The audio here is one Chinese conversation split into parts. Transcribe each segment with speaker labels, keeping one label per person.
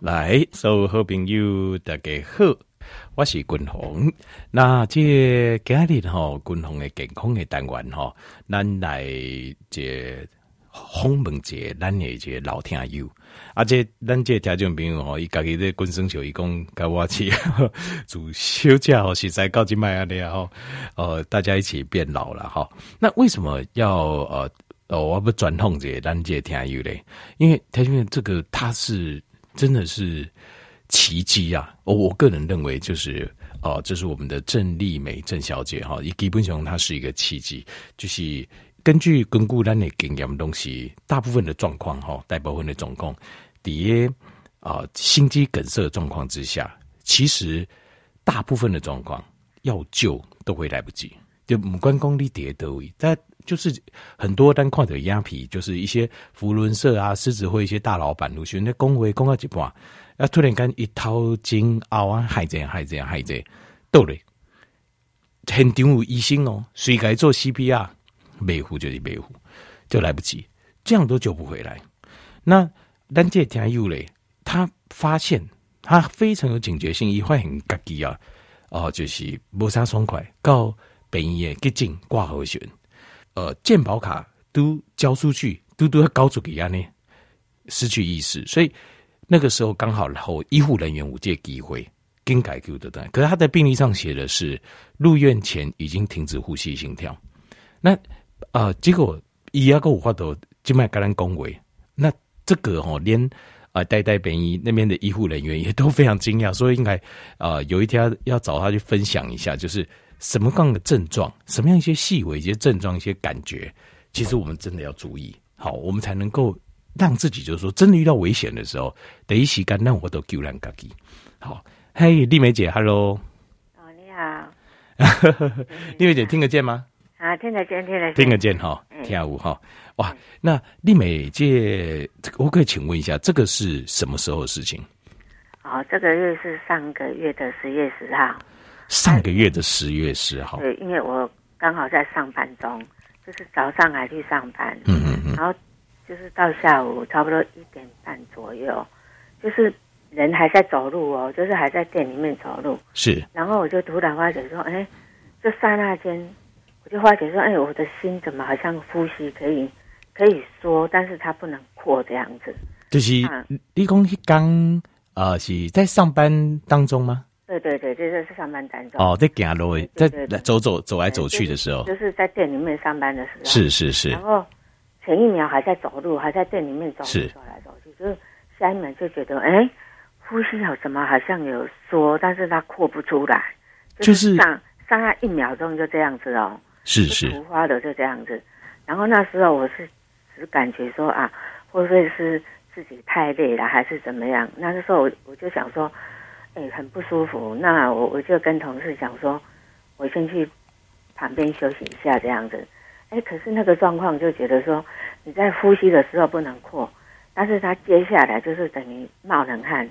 Speaker 1: 来，所有好朋友大家好，我是军宏。那这今日吼、军宏的健康的单元吼、咱来这访问一下咱的这老听友。啊，这咱这听众朋友吼，伊家己咧军生就伊讲，甲我去 自休假吼，实在到即卖安尼啊吼，呃，大家一起变老了吼。那为什么要呃呃，我要转通这咱这听友咧？因为台中这个它是真的是奇迹啊！我我个人认为就是哦、呃这是我们的郑丽美郑小姐哈，以基本上它是一个奇迹，就是根据根据咱的经验东西，大部分的状况哈，大部分的状况底下啊心肌梗塞的状况之下，其实大部分的状况要救都会来不及。就不管讲你跌倒位，但就是很多单看的鸦皮，就是一些福伦社啊、狮子会一些大老板，有时那工会讲到一半，啊突然间一掏金凹啊，害这害这害这，倒嘞，现场有医生哦，谁该做 CPR，没护就是没护，就来不及，这样都救不回来。那咱这听友嘞，他发现他非常有警觉性，一发现家己啊，哦、就是无啥爽快，到病院的急诊挂号时，呃，健保卡都交出去，都都要交出去安尼，失去意识，所以那个时候刚好后医护人员有这个机会。更改救的单，可是他在病历上写的是入院前已经停止呼吸心跳，那啊，结果伊阿个有法度就卖跟咱恭维，那这个哦，连啊代代便医那边的医护人员也都非常惊讶，所以应该啊、呃有一天要找他去分享一下，就是什么样的症状，什么样一些细微一些症状一些感觉，其实我们真的要注意，好，我们才能够让自己就是说真的遇到危险的时候，第一时间让我都救人自己。好，嘿，丽梅姐，hello，
Speaker 2: 哦，你好，
Speaker 1: 丽梅姐听得见吗？
Speaker 2: 啊，听得见，听得见，
Speaker 1: 听得见哈，听得五哈，哇！那丽美姐，这个我可以请问一下，这个是什么时候的事情？
Speaker 2: 哦，这个月是上个月的十月十号，
Speaker 1: 上个月的十月十号。
Speaker 2: 对，因为我刚好在上班中，就是早上还去上班，
Speaker 1: 嗯嗯嗯，
Speaker 2: 然后就是到下午差不多一点半左右，就是人还在走路哦，就是还在店里面走路，
Speaker 1: 是
Speaker 2: 然后我就突然发觉说，哎，这刹那间，我就发觉说，哎，我的心怎么好像呼吸可以可以缩，但是它不能扩这样子。
Speaker 1: 就是
Speaker 2: 嗯
Speaker 1: 你讲是刚呃是在上班当中吗？
Speaker 2: 对对对，这就是上班当中。
Speaker 1: 哦，在走路的，在
Speaker 2: 对对对
Speaker 1: 走走走来走去的时候
Speaker 2: 就，是在店里面上班的时候，，
Speaker 1: 哦是是是
Speaker 2: 然，后前一秒还在走路，还在店里面走
Speaker 1: 是
Speaker 2: 路走来走去，就是下一秒就觉得，哎，呼吸好怎么好像有缩，但是它扩不出来，
Speaker 1: 就是
Speaker 2: 上上下一秒钟就这样子哦，
Speaker 1: 是
Speaker 2: 就是突发的就这样子。然后那时候我是只感觉说啊，会不会是自己太累了，还是怎么样？那个时候我我就想说，哎，很不舒服。那我我就跟同事讲说，我先去旁边休息一下这样子。哎，可是那个状况就觉得说，你在呼吸的时候不能扩，但是他接下来就是等于冒冷汗，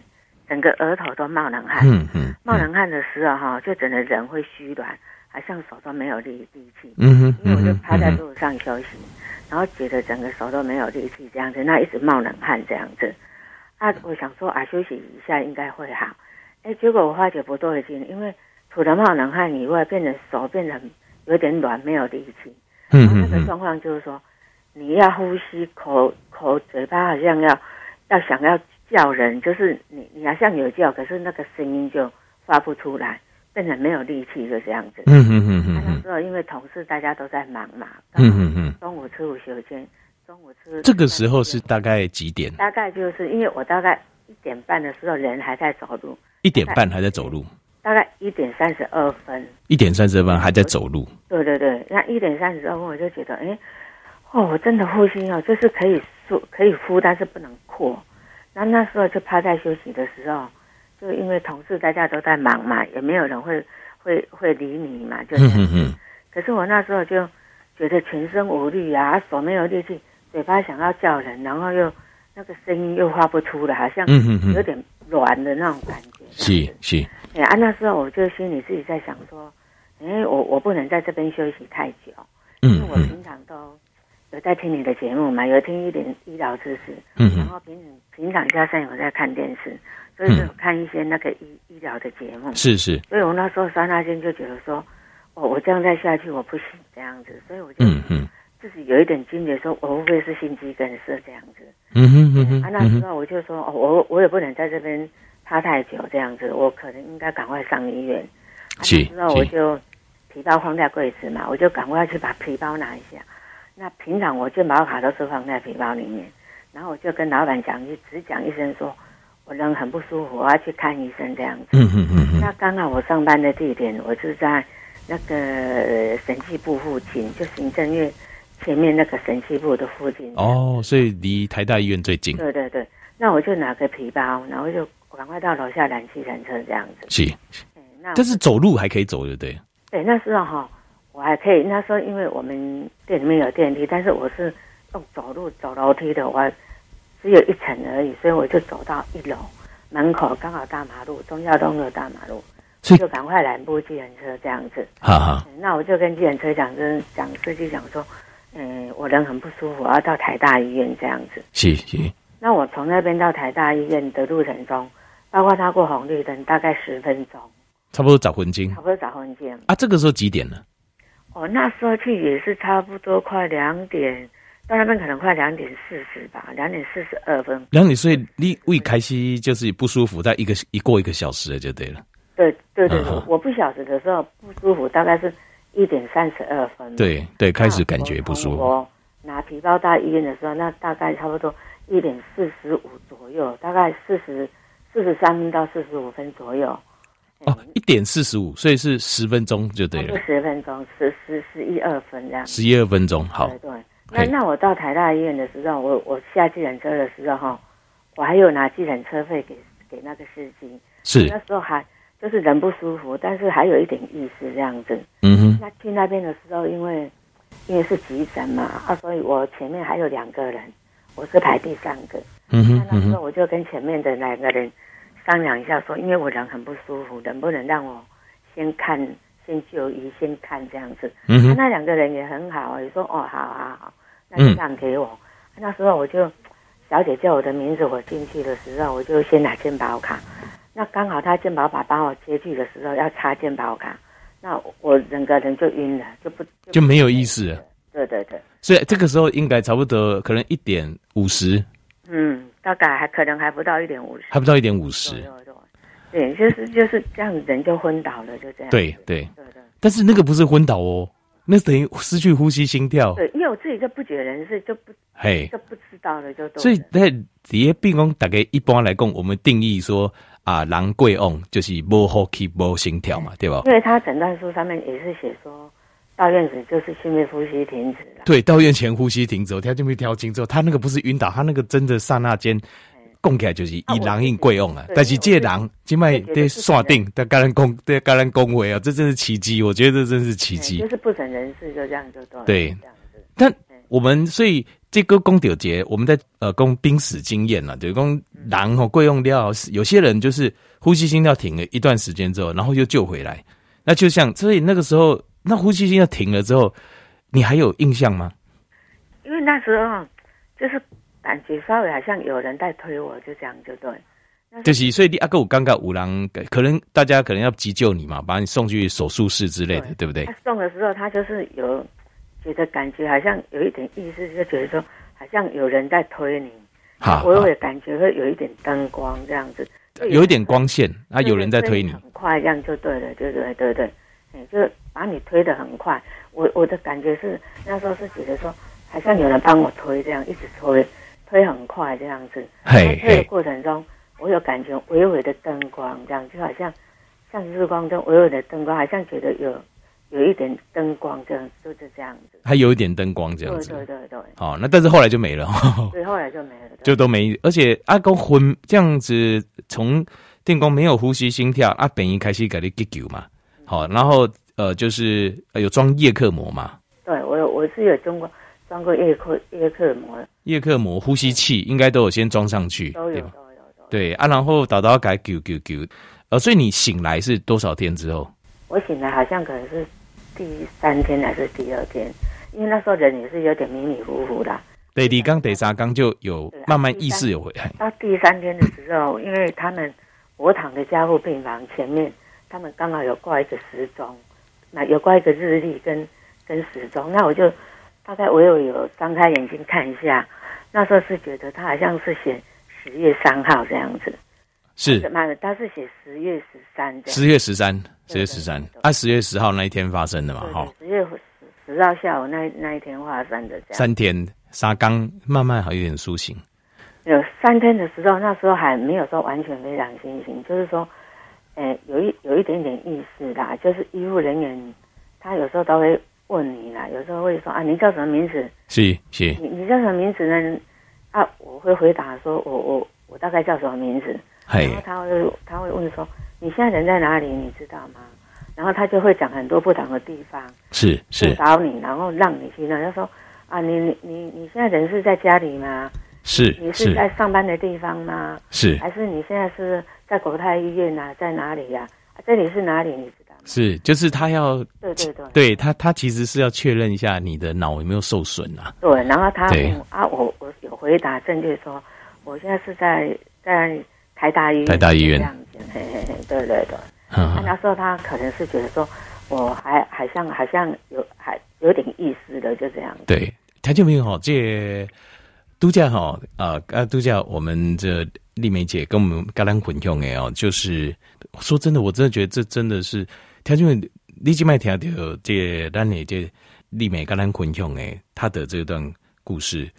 Speaker 2: 整个额头都冒冷汗。
Speaker 1: 嗯嗯
Speaker 2: 冒冷汗的时候哈，就整个人会虚软，好像手都没有力力气。
Speaker 1: 嗯哼
Speaker 2: 因为我就
Speaker 1: 嗯哼
Speaker 2: 趴在
Speaker 1: 嗯哼，
Speaker 2: 路上休息，然后觉得整个手都没有力气这样子，那一直冒冷汗这样子。啊，我想说啊，休息一下应该会好。哎，结果我发觉不对劲，因为除了冒冷汗以外，变成手变得很有点软，没有力气。
Speaker 1: 嗯
Speaker 2: 然后那
Speaker 1: 嗯
Speaker 2: 个
Speaker 1: 嗯，
Speaker 2: 状况就是说，你要呼吸，口口嘴巴好像要要想要叫人，就是你你好像有叫，可是那个声音就发不出来，变成没有力气，就这样子。
Speaker 1: 嗯嗯嗯嗯
Speaker 2: 啊那
Speaker 1: 嗯
Speaker 2: 时候因为同事大家都在忙嘛，
Speaker 1: 嗯嗯嗯，
Speaker 2: 中午吃午休间，中午吃
Speaker 1: 这个时候是大概几点？
Speaker 2: 大概就是因为我大概一点半的时候人还在走路，
Speaker 1: 一点半还在走路，
Speaker 2: 大概一点三十二分，
Speaker 1: 一点三十分还在走路，
Speaker 2: 对对对，那一点三十二分我就觉得，哎，哦，我真的呼吸哦，就是可以舒可以呼，但是不能扩。那那时候就趴在休息的时候，就因为同事大家都在忙嘛，也没有人会会会理你嘛，就
Speaker 1: 嗯
Speaker 2: 这样
Speaker 1: 嗯嗯，
Speaker 2: 可是我那时候就觉得全身无力啊，手没有力气，嘴巴想要叫人，然后又那个声音又发不出来，好像
Speaker 1: 嗯哼哼
Speaker 2: 有点软的那种感觉。
Speaker 1: 是是，
Speaker 2: 哎啊，那时候我就心里自己在想说，哎，我我不能在这边休息太久，因为
Speaker 1: 嗯
Speaker 2: 我
Speaker 1: 嗯
Speaker 2: 平常都有在听你的节目嘛，有听一点医疗知识，
Speaker 1: 嗯
Speaker 2: 然
Speaker 1: 哼，
Speaker 2: 后平平常加上有在看电视，所以就
Speaker 1: 嗯
Speaker 2: 有看一些那个医医疗的节目。
Speaker 1: 是是，
Speaker 2: 所以我那时候刹那间就觉得说，我、我这样再下去我不行这样子，所以我就
Speaker 1: 嗯嗯
Speaker 2: 自己有一点惊觉，说我会不会是心肌梗塞这样子？
Speaker 1: 嗯哼嗯哼
Speaker 2: 啊，那
Speaker 1: 嗯
Speaker 2: 时
Speaker 1: 哼，
Speaker 2: 候我就说，哦，我我也不能在这边趴太久这样子，我可能应该赶快上医院。啊、
Speaker 1: 是
Speaker 2: 那时候我
Speaker 1: 是
Speaker 2: 就皮包放在柜子嘛，我就赶快去把皮包拿一下。那平常我健保卡都是放在皮包里面，然后我就跟老板讲，就只讲医生说，我人很不舒服，我要去看医生这样子。
Speaker 1: 嗯哼嗯哼，
Speaker 2: 那刚好我上班的地点，我是在那个呃审计部附近，就行政院前面那个审计部的附近。，
Speaker 1: 哦，所以离台大医院最近，
Speaker 2: 对对对，那我就拿个皮包，然后就赶快到楼下拦计程车这样子。
Speaker 1: 是，
Speaker 2: 哎那
Speaker 1: 但是走路还可以走，对不对？
Speaker 2: 对那时候哈，我还可以，那时候因为我们店里面有电梯，但是我是用走路走楼梯的，我还只有一层而已，所以我就走到一楼门口，刚好大马路，中孝东路大马路，
Speaker 1: 所以
Speaker 2: 就赶快拦部计程车这样子。
Speaker 1: 哈哈，
Speaker 2: 那我就跟计程车讲，跟讲司机讲说，嗯、我人很不舒服，我要到台大医院这样子。
Speaker 1: 是是，
Speaker 2: 那我从那边到台大医院的路程中，包括他过红绿灯，大概十分钟，
Speaker 1: 差不多找魂经
Speaker 2: 差不多早分见。
Speaker 1: 啊，这个时候几点了？
Speaker 2: 我、那时候去也是差不多快两点，到那边可能快两点四十吧，两点四十二分。
Speaker 1: 然后你所以你胃开始就是不舒服，在一个一过一个小时了就对了，
Speaker 2: 对对对对
Speaker 1: 嗯哼
Speaker 2: 我不晓得的时候不舒服，大概是一点三十二分。
Speaker 1: 对对，开始感觉不舒
Speaker 2: 那
Speaker 1: 服，
Speaker 2: 我拿皮包到医院的时候，那大概差不多一点四十五左右，大概四十四十三分到四十五分左右，
Speaker 1: 哦，一点四十五，所以是十分钟就对了，
Speaker 2: 十分钟，十十十一二分这样。
Speaker 1: 十一二分钟，好
Speaker 2: 对，对。那
Speaker 1: 嘿
Speaker 2: 那我到台大医院的时候，我我下计程车的时候哈，我还有拿计程车费给给那个司机。
Speaker 1: 是，
Speaker 2: 那时候还就是人不舒服，但是还有一点意识这样子。
Speaker 1: 嗯哼，
Speaker 2: 那去那边的时候，因为因为是急诊嘛，啊，所以我前面还有两个人，我是排第三个。
Speaker 1: 嗯
Speaker 2: 那
Speaker 1: 哼，
Speaker 2: 那
Speaker 1: 嗯
Speaker 2: 时
Speaker 1: 哼，
Speaker 2: 候我就跟前面的两个人商量一下说，因为我人很不舒服，能不能让我先看、先就医、先看这样子？
Speaker 1: 嗯
Speaker 2: 啊
Speaker 1: 哼，
Speaker 2: 那两个人也很好，也说哦，好好好，那就让给我。
Speaker 1: 嗯
Speaker 2: 那时候我就小姐叫我的名字，我进去的时候我就先拿健保卡。那刚好她健保卡把我接去的时候要插健保卡，那我整个人就晕了，就不
Speaker 1: 就没有意思了。
Speaker 2: 对对对，
Speaker 1: 所以这个时候应该差不多可能一点五十，
Speaker 2: 嗯，大概还可能还不到一点五十。
Speaker 1: 还不到一点五
Speaker 2: 对
Speaker 1: 十，
Speaker 2: 对对，对，就是就是这样，人就昏倒了，就这样。
Speaker 1: 对对。
Speaker 2: 对对
Speaker 1: 但是那个不是昏倒哦，那等于失去呼吸心跳，
Speaker 2: 对，因为我自己就不解人事，就不
Speaker 1: 嘿，
Speaker 2: 就不知道了，就对了
Speaker 1: 所以在底下病工大概一般来讲，我们定义说啊，狼贵翁就是无呼吸、无心跳嘛，对吧？
Speaker 2: 因为他诊断书上面也是写说，到院子就是心肺呼吸停止了。
Speaker 1: 对，到院前呼吸停止，跳进去跳清之后，他那个不是晕倒，他那个真的刹那间。供起来就是以狼应贵翁啊，但是这狼今麦在刷定，在跟人恭，在跟人恭维啊，这真是奇迹，我觉得这真是奇
Speaker 2: 对
Speaker 1: 迹
Speaker 2: 哎就。是不省人事，就这样就对了。
Speaker 1: 对
Speaker 2: 这样子。
Speaker 1: 但我们所以这个公丢节，我们在呃供濒死经验了，对供狼哦贵用料，有些人就是呼吸心跳停了一段时间之后，然后又救回来，那就像所以那个时候，那呼吸心跳停了之后，你还有印象吗？
Speaker 2: 因为那时候就是感觉稍微好像有人在推我，就这样就对。
Speaker 1: 就是所以你阿哥我刚刚五郎可能大家可能要急救你嘛，把你送去手术室之类的，对不对
Speaker 2: 他？送的时候，他就是有觉得感觉好像有一点意思，就觉得说好像有人在推你，
Speaker 1: 哈，
Speaker 2: 我
Speaker 1: 哈
Speaker 2: 也感觉会有一点灯光这样子，
Speaker 1: 有一点光线啊，
Speaker 2: 啊
Speaker 1: 有人在推你，
Speaker 2: 很快这样就对了，对对对对，嗯，就把你推得很快。我我的感觉是那时候是觉得说，好像有人帮我推这样，一直推，推很快这样子。
Speaker 1: 嘿
Speaker 2: 推的
Speaker 1: 嘿，
Speaker 2: 过程中，我有感觉微微的灯光，这样就好像像日光灯微微的灯光，好像觉得有有一点灯光这样，就是这样子。
Speaker 1: 还有一点灯光这
Speaker 2: 对
Speaker 1: 样
Speaker 2: 对
Speaker 1: 子。
Speaker 2: 对对，
Speaker 1: 好，那但是后来就没了。
Speaker 2: 所以后来就没了。
Speaker 1: 就
Speaker 2: 对
Speaker 1: 都没，而且阿公昏这样子，从电工没有呼吸心跳，阿本一开始给你急救嘛，好，然后呃就是呃有装叶克膜嘛，
Speaker 2: 对，我有我是有中过装过叶克叶克膜，
Speaker 1: 叶克膜呼吸器应该都有先装上去，
Speaker 2: 都有
Speaker 1: 对
Speaker 2: 都
Speaker 1: 吧？
Speaker 2: 有都有。
Speaker 1: 对啊，然后导导改救救救，呃，所以你醒来是多少天之后？
Speaker 2: 我醒来好像可能是第三天还是第二天，因为那时候人也是有点迷迷糊糊的。
Speaker 1: 对，第刚第三刚就有
Speaker 2: 对啊
Speaker 1: 慢慢
Speaker 2: 第
Speaker 1: 意
Speaker 2: 三
Speaker 1: 识有回来，
Speaker 2: 到第三天的时候，因为他们我躺的加护病房前面，他们刚好有挂一个时钟，那有挂一个日历跟跟时钟，那我就大概我有有张开眼睛看一下，那时候是觉得他好像是写十月三号这样子，
Speaker 1: 是
Speaker 2: 妈的，他是写十月十三这样，
Speaker 1: 十月十三，十
Speaker 2: 对
Speaker 1: 月十三
Speaker 2: 对对
Speaker 1: 啊，十月十号那一天发生的嘛，哈，
Speaker 2: 十月十十号下午那那一天画山的这样，
Speaker 1: 三天沙刚慢慢还有点苏醒，
Speaker 2: 有三天的时候，那时候还没有说完全非常清醒，就是说，呃，有一有一点点意识啦，就是医护人员他有时候都会问你啦，有时候会说啊，你叫什么名字？
Speaker 1: 是是
Speaker 2: 你你叫什么名字呢？啊，我会回答说，我我我大概叫什么名字？
Speaker 1: 嘿
Speaker 2: 然后他会他会问说，你现在人在哪里？你知道吗？然后他就会讲很多不同的地方，
Speaker 1: 是是
Speaker 2: 找你，然后让你去那。他说啊，你你你你现在人是在家里吗？你
Speaker 1: 是
Speaker 2: 是在
Speaker 1: 是
Speaker 2: 上班的地方吗？
Speaker 1: 是
Speaker 2: 还是你现在是在国泰医院啊，在哪里呀、啊？这里是哪里？你知道吗？
Speaker 1: 是，就是他要
Speaker 2: 对对对
Speaker 1: 对他他其实是要确认一下你的脑有没有受损啊，
Speaker 2: 对。然后他
Speaker 1: 对
Speaker 2: 问我啊，我我有回答正确说，我现在是在在台大医院，
Speaker 1: 台大医院嗯
Speaker 2: 这样子，嘿嘿嘿，对对对。
Speaker 1: 呵
Speaker 2: 啊
Speaker 1: 呵
Speaker 2: 那时候他可能是觉得说，我还好像好像有还有点意思的，就这样。
Speaker 1: 对，台球朋友哈，这度假哈啊啊度假，我们这丽梅姐跟我们刚刚混用的哦，就是说真的，我真的觉得这真的是台球，你今麦听到这咱的这丽梅刚刚混用诶，她的这段故事，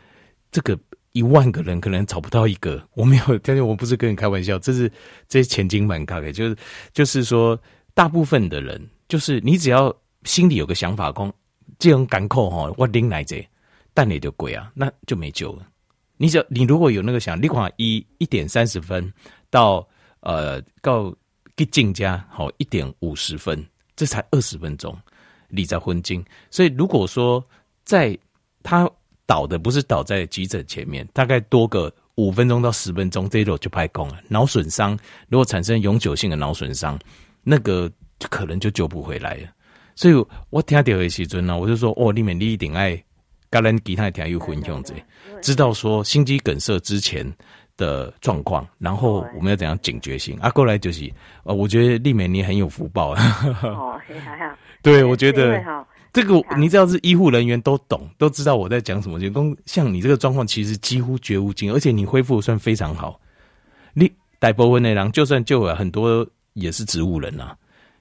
Speaker 1: 这个。一万个人可能找不到一个，我没有，但是我不是跟你开玩笑，这是这是前景蛮大的，就是就是说，大部分的人，就是你只要心里有个想法，讲这种港口哈，我拎来这，但你就贵啊，那就没救了。你只要你如果有那个想，你看一一点三十分到呃到一进家好一点五十分，这才二十分钟，你在昏经。所以如果说在他倒的不是倒在急诊前面，大概多个五分钟到十分钟，这一种就拍工了。脑损伤如果产生永久性的脑损伤，那个就可能就救不回来了。所以我听到的时阵呢，我就说哦，你们你一定爱跟咱其他的听友分享者，知道说心肌梗塞之前的状况，然后我们要怎样警觉性啊？过来就是，呃，我觉得丽美你很有福报啊。
Speaker 2: 哦，嘿还好。
Speaker 1: 对，我觉
Speaker 2: 是因为
Speaker 1: 得
Speaker 2: 哈，
Speaker 1: 这个你只要是医护人员都懂，都知道我在讲什么。就公像你这个状况，其实几乎绝无仅有，而且你恢复得算非常好。你大部分的人就算救了很多，也是植物人啊，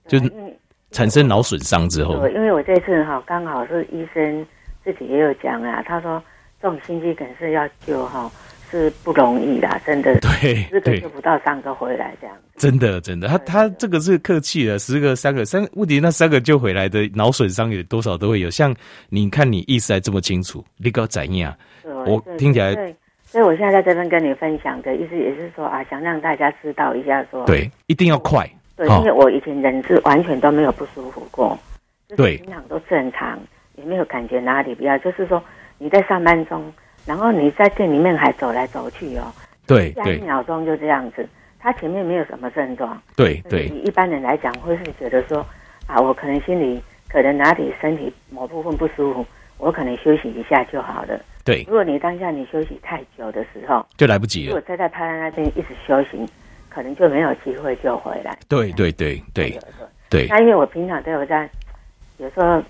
Speaker 1: 就
Speaker 2: 对
Speaker 1: 是
Speaker 2: 因为
Speaker 1: 产生脑损伤之后，
Speaker 2: 对，因为我这次哈刚好是医生自己也有讲啊，他说这种心肌梗塞要救哈是不容易啦，真的
Speaker 1: 对
Speaker 2: 十个
Speaker 1: 对
Speaker 2: 救，不到三个回来这样子。
Speaker 1: 真的真的，他他这个是客气了，十个三个三，问题那三个救回来的脑损伤有多少都会有。像你看你意识还这么清楚，你搞怎样？
Speaker 2: 对
Speaker 1: 我
Speaker 2: 对
Speaker 1: 听起来
Speaker 2: 对，所以我现在在这边跟你分享的意思也是说啊，想让大家知道一下说，
Speaker 1: 对，一定要快。
Speaker 2: 对，
Speaker 1: 哦
Speaker 2: 因为我以前人是完全都没有不舒服过，就是
Speaker 1: 对
Speaker 2: 平常都正常，也没有感觉哪里不一样。就是说你在上班中，然后你在店里面还走来走去哦，
Speaker 1: 对
Speaker 2: 下一
Speaker 1: 对
Speaker 2: 秒钟就这样子。他前面没有什么症状，
Speaker 1: 对
Speaker 2: 就是
Speaker 1: 对
Speaker 2: 以一般人来讲，会是觉得说啊，我可能心里可能哪里身体某部分不舒服，我可能休息一下就好了。
Speaker 1: 对，
Speaker 2: 如果你当下你休息太久的时候，
Speaker 1: 就来不及
Speaker 2: 如果
Speaker 1: 了。
Speaker 2: 再在趴在那边一直休息，可能就没有机会救回来。
Speaker 1: 对对对对对，
Speaker 2: 那因为我平常都有在，有时候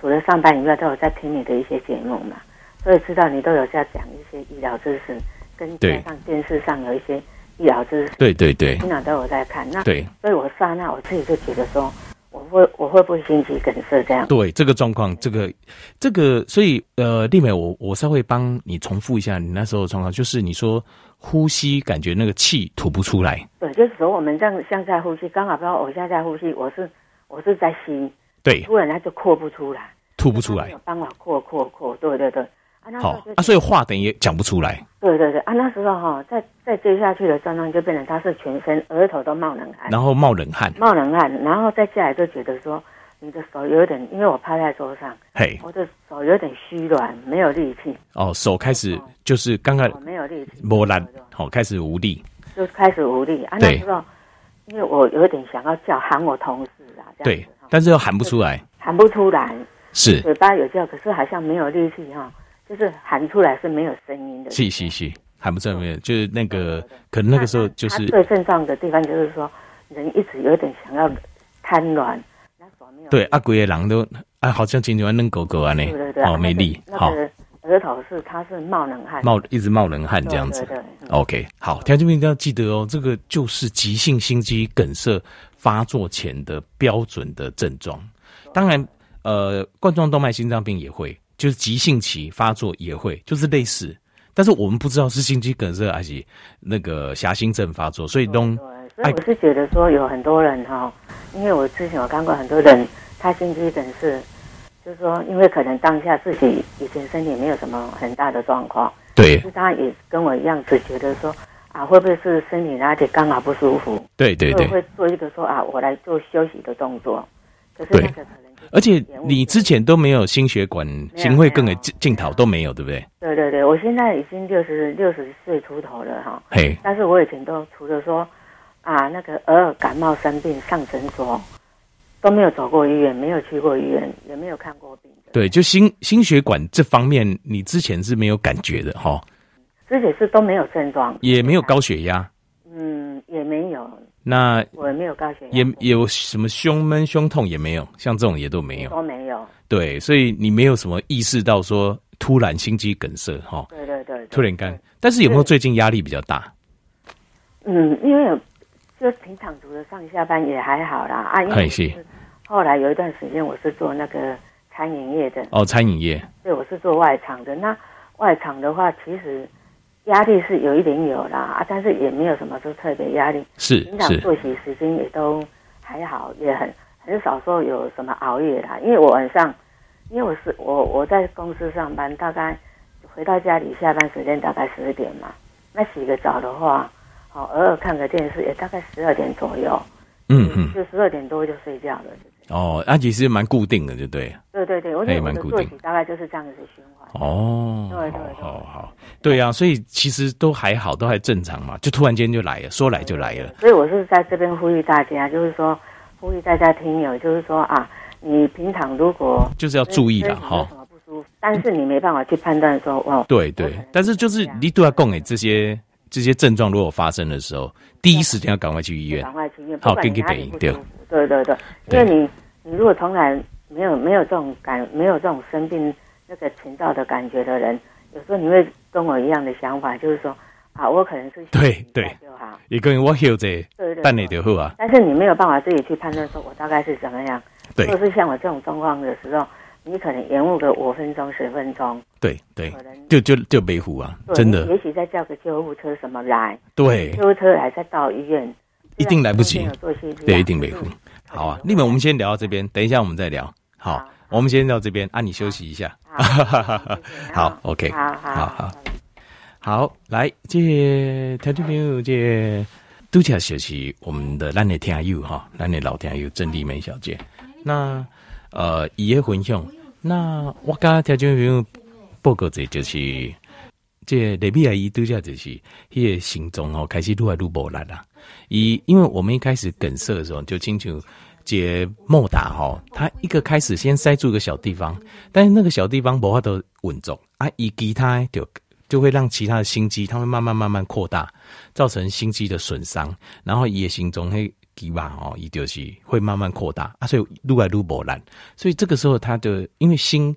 Speaker 2: 除了上班以外，都有在听你的一些节目嘛，所以知道你都有在讲一些医疗知识，跟
Speaker 1: 对
Speaker 2: 加上电视上有一些医疗知识，
Speaker 1: 对对对
Speaker 2: 平常都有在看。那
Speaker 1: 对
Speaker 2: 所以我刹那我自己就觉得说，我会我会不会心肌梗塞这样？
Speaker 1: 对，这个状况，这个这个，所以呃，丽美，我我稍微帮你重复一下你那时候的状况，就是你说呼吸感觉那个气吐不出来，
Speaker 2: 对，就是说我们这样像在呼吸，刚好不知道我现在在呼吸，我是我是在吸，
Speaker 1: 对，
Speaker 2: 突然它就扩不出来，
Speaker 1: 吐不出
Speaker 2: 它没
Speaker 1: 来
Speaker 2: 有，帮我扩扩扩，对对对。啊，那时候
Speaker 1: 好
Speaker 2: 就
Speaker 1: 啊，所以话等于也讲不出来，
Speaker 2: 对对对啊，那时候哈、再再追下去的状况就变成他是全身额头都冒冷汗，
Speaker 1: 然后冒冷汗，
Speaker 2: 冒冷汗，然后再下来就觉得说你的手有点，因为我趴在桌上，
Speaker 1: 嘿，
Speaker 2: 我的手有点虚软，没有力气，哦
Speaker 1: 哦，手开始就是刚刚
Speaker 2: 我没有力气，
Speaker 1: 磨烂，好、开始无力，
Speaker 2: 就开始无力啊。那
Speaker 1: 对
Speaker 2: 时候因为我有点想要叫喊我同事啊，这样
Speaker 1: 对
Speaker 2: 子，哈
Speaker 1: 但是又喊不出来，
Speaker 2: 喊不出来，
Speaker 1: 是
Speaker 2: 嘴巴有叫，可是好像没有力气哈、就是喊出来是没有声音的。
Speaker 1: 是是是，还不算没有，就是那个可能那个时候就
Speaker 2: 他
Speaker 1: 是
Speaker 2: 最症状的地方就是说，人一直有点想要瘫软，那手没有
Speaker 1: 对阿鬼的狼都啊，好像经常扔狗狗啊呢
Speaker 2: 对对对，，
Speaker 1: 哦没力，
Speaker 2: 那
Speaker 1: 好
Speaker 2: 个那个额头是它是冒冷汗，
Speaker 1: 冒一直冒冷汗这样子
Speaker 2: 对。对对嗯
Speaker 1: OK，好，条件病一定要记得哦，这个就是急性心肌梗塞发作前的标准的症状。当然，呃，冠状动脉心脏病也会，就是急性期发作也会，就是类似。但是我们不知道是心肌梗塞还是那个狭心症发作，所以东
Speaker 2: 哦对，所以我是觉得说有很多人哈、因为我之前有看过很多人，他心肌梗是，就是说因为可能当下自己以前身体没有什么很大的状况，
Speaker 1: 对
Speaker 2: 就是他也跟我一样只觉得说啊会不会是身体哪里刚好不舒服，
Speaker 1: 对对
Speaker 2: 所以
Speaker 1: 对，
Speaker 2: 会做一个说啊我来做休息的动作，可是
Speaker 1: 对
Speaker 2: 那个可能就是
Speaker 1: 而且
Speaker 2: 延误
Speaker 1: 你之前都没有心血管
Speaker 2: 有
Speaker 1: 心会更的
Speaker 2: 没有
Speaker 1: 镜镜头都没有，对不对？
Speaker 2: 对对对，我现在已经六十六十岁出头了哈、
Speaker 1: 嘿，
Speaker 2: 但是我以前都除了说啊，那个偶尔感冒生病上诊所，都没有走过医院，没有去过医院，也没有看过病的。
Speaker 1: 对，就心心血管这方面，你之前是没有感觉的哈、
Speaker 2: 之前是都没有症状，
Speaker 1: 也没有高血压，
Speaker 2: 嗯，也没有，
Speaker 1: 那
Speaker 2: 我也没有高血压，
Speaker 1: 也有什么胸闷、胸痛也没有，像这种也都没有。
Speaker 2: 都没有。
Speaker 1: 对，所以你没有什么意识到说突然心肌梗塞哈、
Speaker 2: 对对对对
Speaker 1: 突然干。但是有没有最近压力比较大？
Speaker 2: 嗯，因为就平常除了上下班也还好啦啊，因为
Speaker 1: 哎
Speaker 2: 我
Speaker 1: 是
Speaker 2: 是后来有一段时间我是做那个餐饮业的，
Speaker 1: 哦，餐饮业
Speaker 2: 对，我是做外场的。那外场的话，其实压力是有一点有啦啊，但是也没有什么说特别压力。
Speaker 1: 是
Speaker 2: 平常
Speaker 1: 是
Speaker 2: 作息时间也都还好，也很很少说有什么熬夜啦。因为我晚上，因为我是我我在公司上班，大概回到家里下班时间大概十点嘛。那洗个澡的话，好、偶尔看个电视，也大概十二点左右，
Speaker 1: 嗯嗯，
Speaker 2: 就十二点多就睡觉了。
Speaker 1: 哦，那、其实蛮固定的，对不对？
Speaker 2: 对对对，我
Speaker 1: 那也
Speaker 2: 觉得
Speaker 1: 蛮
Speaker 2: 我的
Speaker 1: 固
Speaker 2: 作
Speaker 1: 定
Speaker 2: 息大概就是这样子的循环。
Speaker 1: 哦，
Speaker 2: 对对对
Speaker 1: 好好好，对啊，所以其实都还好，都还正常嘛，就突然间就来了，说来就来了。
Speaker 2: 所以我是在这边呼吁大家，就是说呼吁大家听友，就是说啊，你平常如果
Speaker 1: 就是要注意
Speaker 2: 身
Speaker 1: 了
Speaker 2: 体有
Speaker 1: 哈
Speaker 2: 什。么不舒服，但是你没办法去判断说哦，
Speaker 1: 对
Speaker 2: 有可
Speaker 1: 对
Speaker 2: 能，
Speaker 1: 但是就是
Speaker 2: 这样
Speaker 1: 你对他供给这些这些症状如果发生的时候，第一时间要赶快去医院
Speaker 2: 赶。快去医院，
Speaker 1: 好
Speaker 2: 不管你
Speaker 1: 给
Speaker 2: 哪
Speaker 1: 给
Speaker 2: 里不
Speaker 1: 对
Speaker 2: 舒服，对对对，因
Speaker 1: 对
Speaker 2: 为你你如果从来没有没有这种感，没有这种生病那个前兆的感觉的人，有时候你会跟我一样的想法，就是说啊，我可能是
Speaker 1: 对
Speaker 2: 休息一下
Speaker 1: 对
Speaker 2: 就好，
Speaker 1: 一个人我休这，
Speaker 2: 对对
Speaker 1: 但你
Speaker 2: 对。
Speaker 1: 就好啊。
Speaker 2: 但是你没有办法自己去判断，说我大概是怎么样。
Speaker 1: 对
Speaker 2: 如果是像我这种状况的时候，你可能延误个五分钟、十分钟，
Speaker 1: 对对
Speaker 2: 可，能
Speaker 1: 就就就没糊啊，
Speaker 2: 对
Speaker 1: 真
Speaker 2: 也
Speaker 1: 的，
Speaker 2: 许再叫个救护车什么来，
Speaker 1: 对
Speaker 2: 救护车来再到医院，
Speaker 1: 一定来不及
Speaker 2: 虽然中间有做 CT 啊
Speaker 1: 对，一定没糊
Speaker 2: 可是。
Speaker 1: 好啊，你们我们先聊到这边，等一下我们再聊。好
Speaker 2: 好，
Speaker 1: 我们先到这边啊，你休息一下。
Speaker 2: 好
Speaker 1: 好，OK，
Speaker 2: 啊好
Speaker 1: 好
Speaker 2: 好
Speaker 1: 好。好，来，这条件朋友，这都起来学习我们的咱的听友哈，咱的老听友郑丽梅小姐。那呃，伊的分享，那我甲条件朋友报告者就是，这雷米阿姨都起就是，迄个行踪哦开始愈来愈无力啦。伊因为我们一开始梗塞的时候，就清楚解莫打哈，他一个开始先塞住一个小地方，但是那个小地方无法都稳住啊，以其他的就就会让其他的心肌，它会慢慢慢慢扩大，造成心肌的损伤，然后伊的心中会肌吧哦，伊就是会慢慢扩大啊，所以愈来愈无力，所以这个时候他的因为心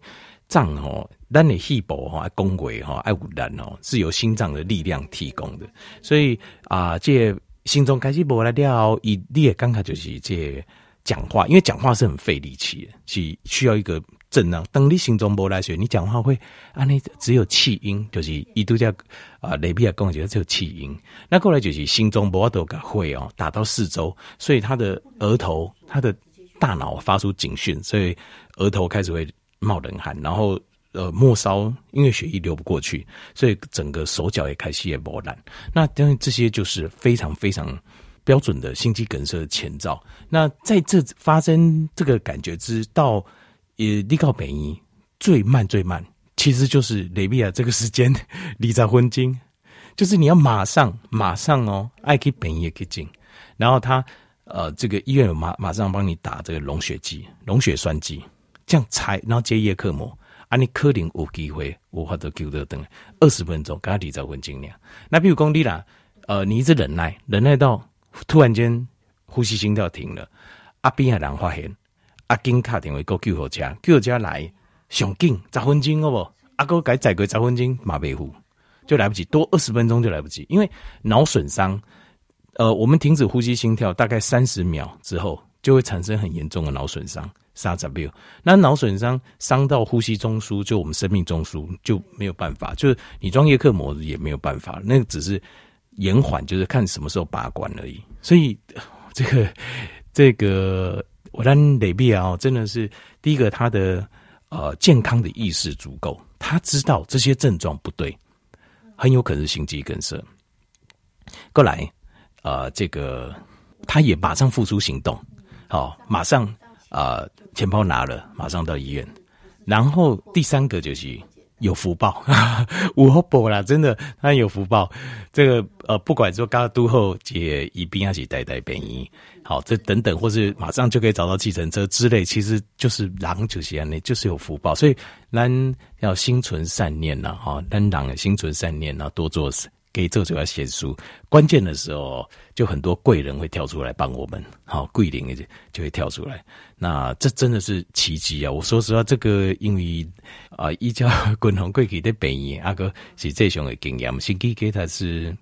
Speaker 1: 脏哦。咱的细胞哦哈，恭维哈，爱有力哦，是由心脏的力量提供的。所以啊、这心中开始无力了后，伊你也感觉就是这讲话，因为讲话是很费力气的，是需要一个正量。当你心中无力时，你讲话会啊，那只有气音，就是伊都叫啊雷比亚讲就是只有气音。那过来就是心中无多个会哦，打到四周，所以他的额头，他的大脑发出警讯，所以额头开始会冒冷汗，然后呃末梢因为血液流不过去，所以整个手脚也开始也磨烂。那当然这些就是非常非常标准的心肌梗塞的前兆。那在这发生这个感觉之到呃立告北医最慢最慢，其实就是雷比亚这个时间 离在婚金，就是你要马上马上哦，爱去本也可以进，然后他呃这个医院有马马上帮你打这个溶血剂、溶血栓剂。这样踩，然后接叶克膜，啊，你可能有机会，有法度救得等二十分钟，跟他二十分钟俩。那比如讲你啦，呃，你一直忍耐，忍耐到突然间呼吸心跳停了，啊，边的人发现，啊，紧打电话给救护车，救护车来上紧十分钟好不？啊，哥改载过十分钟马尾糊，就来不及，多二十分钟就来不及，因为脑损伤。呃，我们停止呼吸心跳大概三十秒之后，就会产生很严重的脑损伤 （SARS）。那脑损伤伤到呼吸中枢，就我们生命中枢就没有办法，就是你装叶克膜也没有办法，那个只是延缓，就是看什么时候拔管而已。所以呃这个 这个我让雷比啊，真的是第一个他的呃健康的意识足够，他知道这些症状不对，很有可能是心肌梗塞。过来。呃，这个他也马上付出行动，好、马上啊、呃钱包拿了，马上到医院。然后第三个就是有福报， 有福报啦，真的，他有福报。这个呃，不管说刚都后解宜宾还是代代便宜，好，这等等，或是马上就可以找到计程车之类，其实就是狼就是安尼，就是有福报。所以咱要心存善念呐，哈、咱人的心存善念呐，多做事。给做就要写书，关键的时候就很多贵人会跳出来帮我们，好桂林也就就会跳出来。那这真的是奇迹啊！我说实话，这个因为啊，依照滚红贵体的本意，阿啊哥是这种的经验，心肌给他是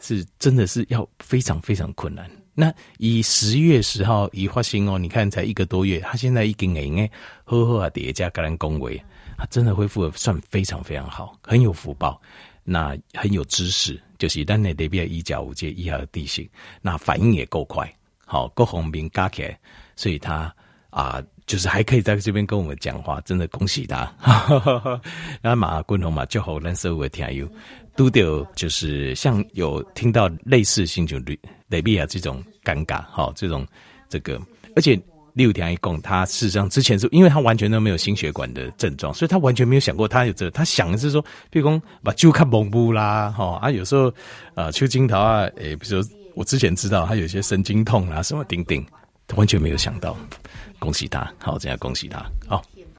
Speaker 1: 是真的是要非常非常困难。那以十月十号以发行哦，你看才一个多月，他现在已经应该呵呵啊叠加跟人恭维，他啊真的恢复的算非常非常好，很有福报，那很有知识，就是咱内这边一加五界一号地形，那反应也够快，好够红兵加起来，所以他啊、就是还可以在这边跟我们讲话，真的恭喜他。 那马滚红嘛，就好咱所有的听友，都得就是像有听到类似星球类雷比亚这种尴尬，好、这种这个，而且六条一共他事实上之前是因为他完全都没有心血管的症状，所以他完全没有想过他有这个他想的是说，比如讲把酒看蒙布啦，哈、啊，有时候呃秋金桃啊，诶，比如说我之前知道他有一些啊神经痛啦、什么丁丁，他完全没有想到。恭喜他，好，这样恭喜他，好。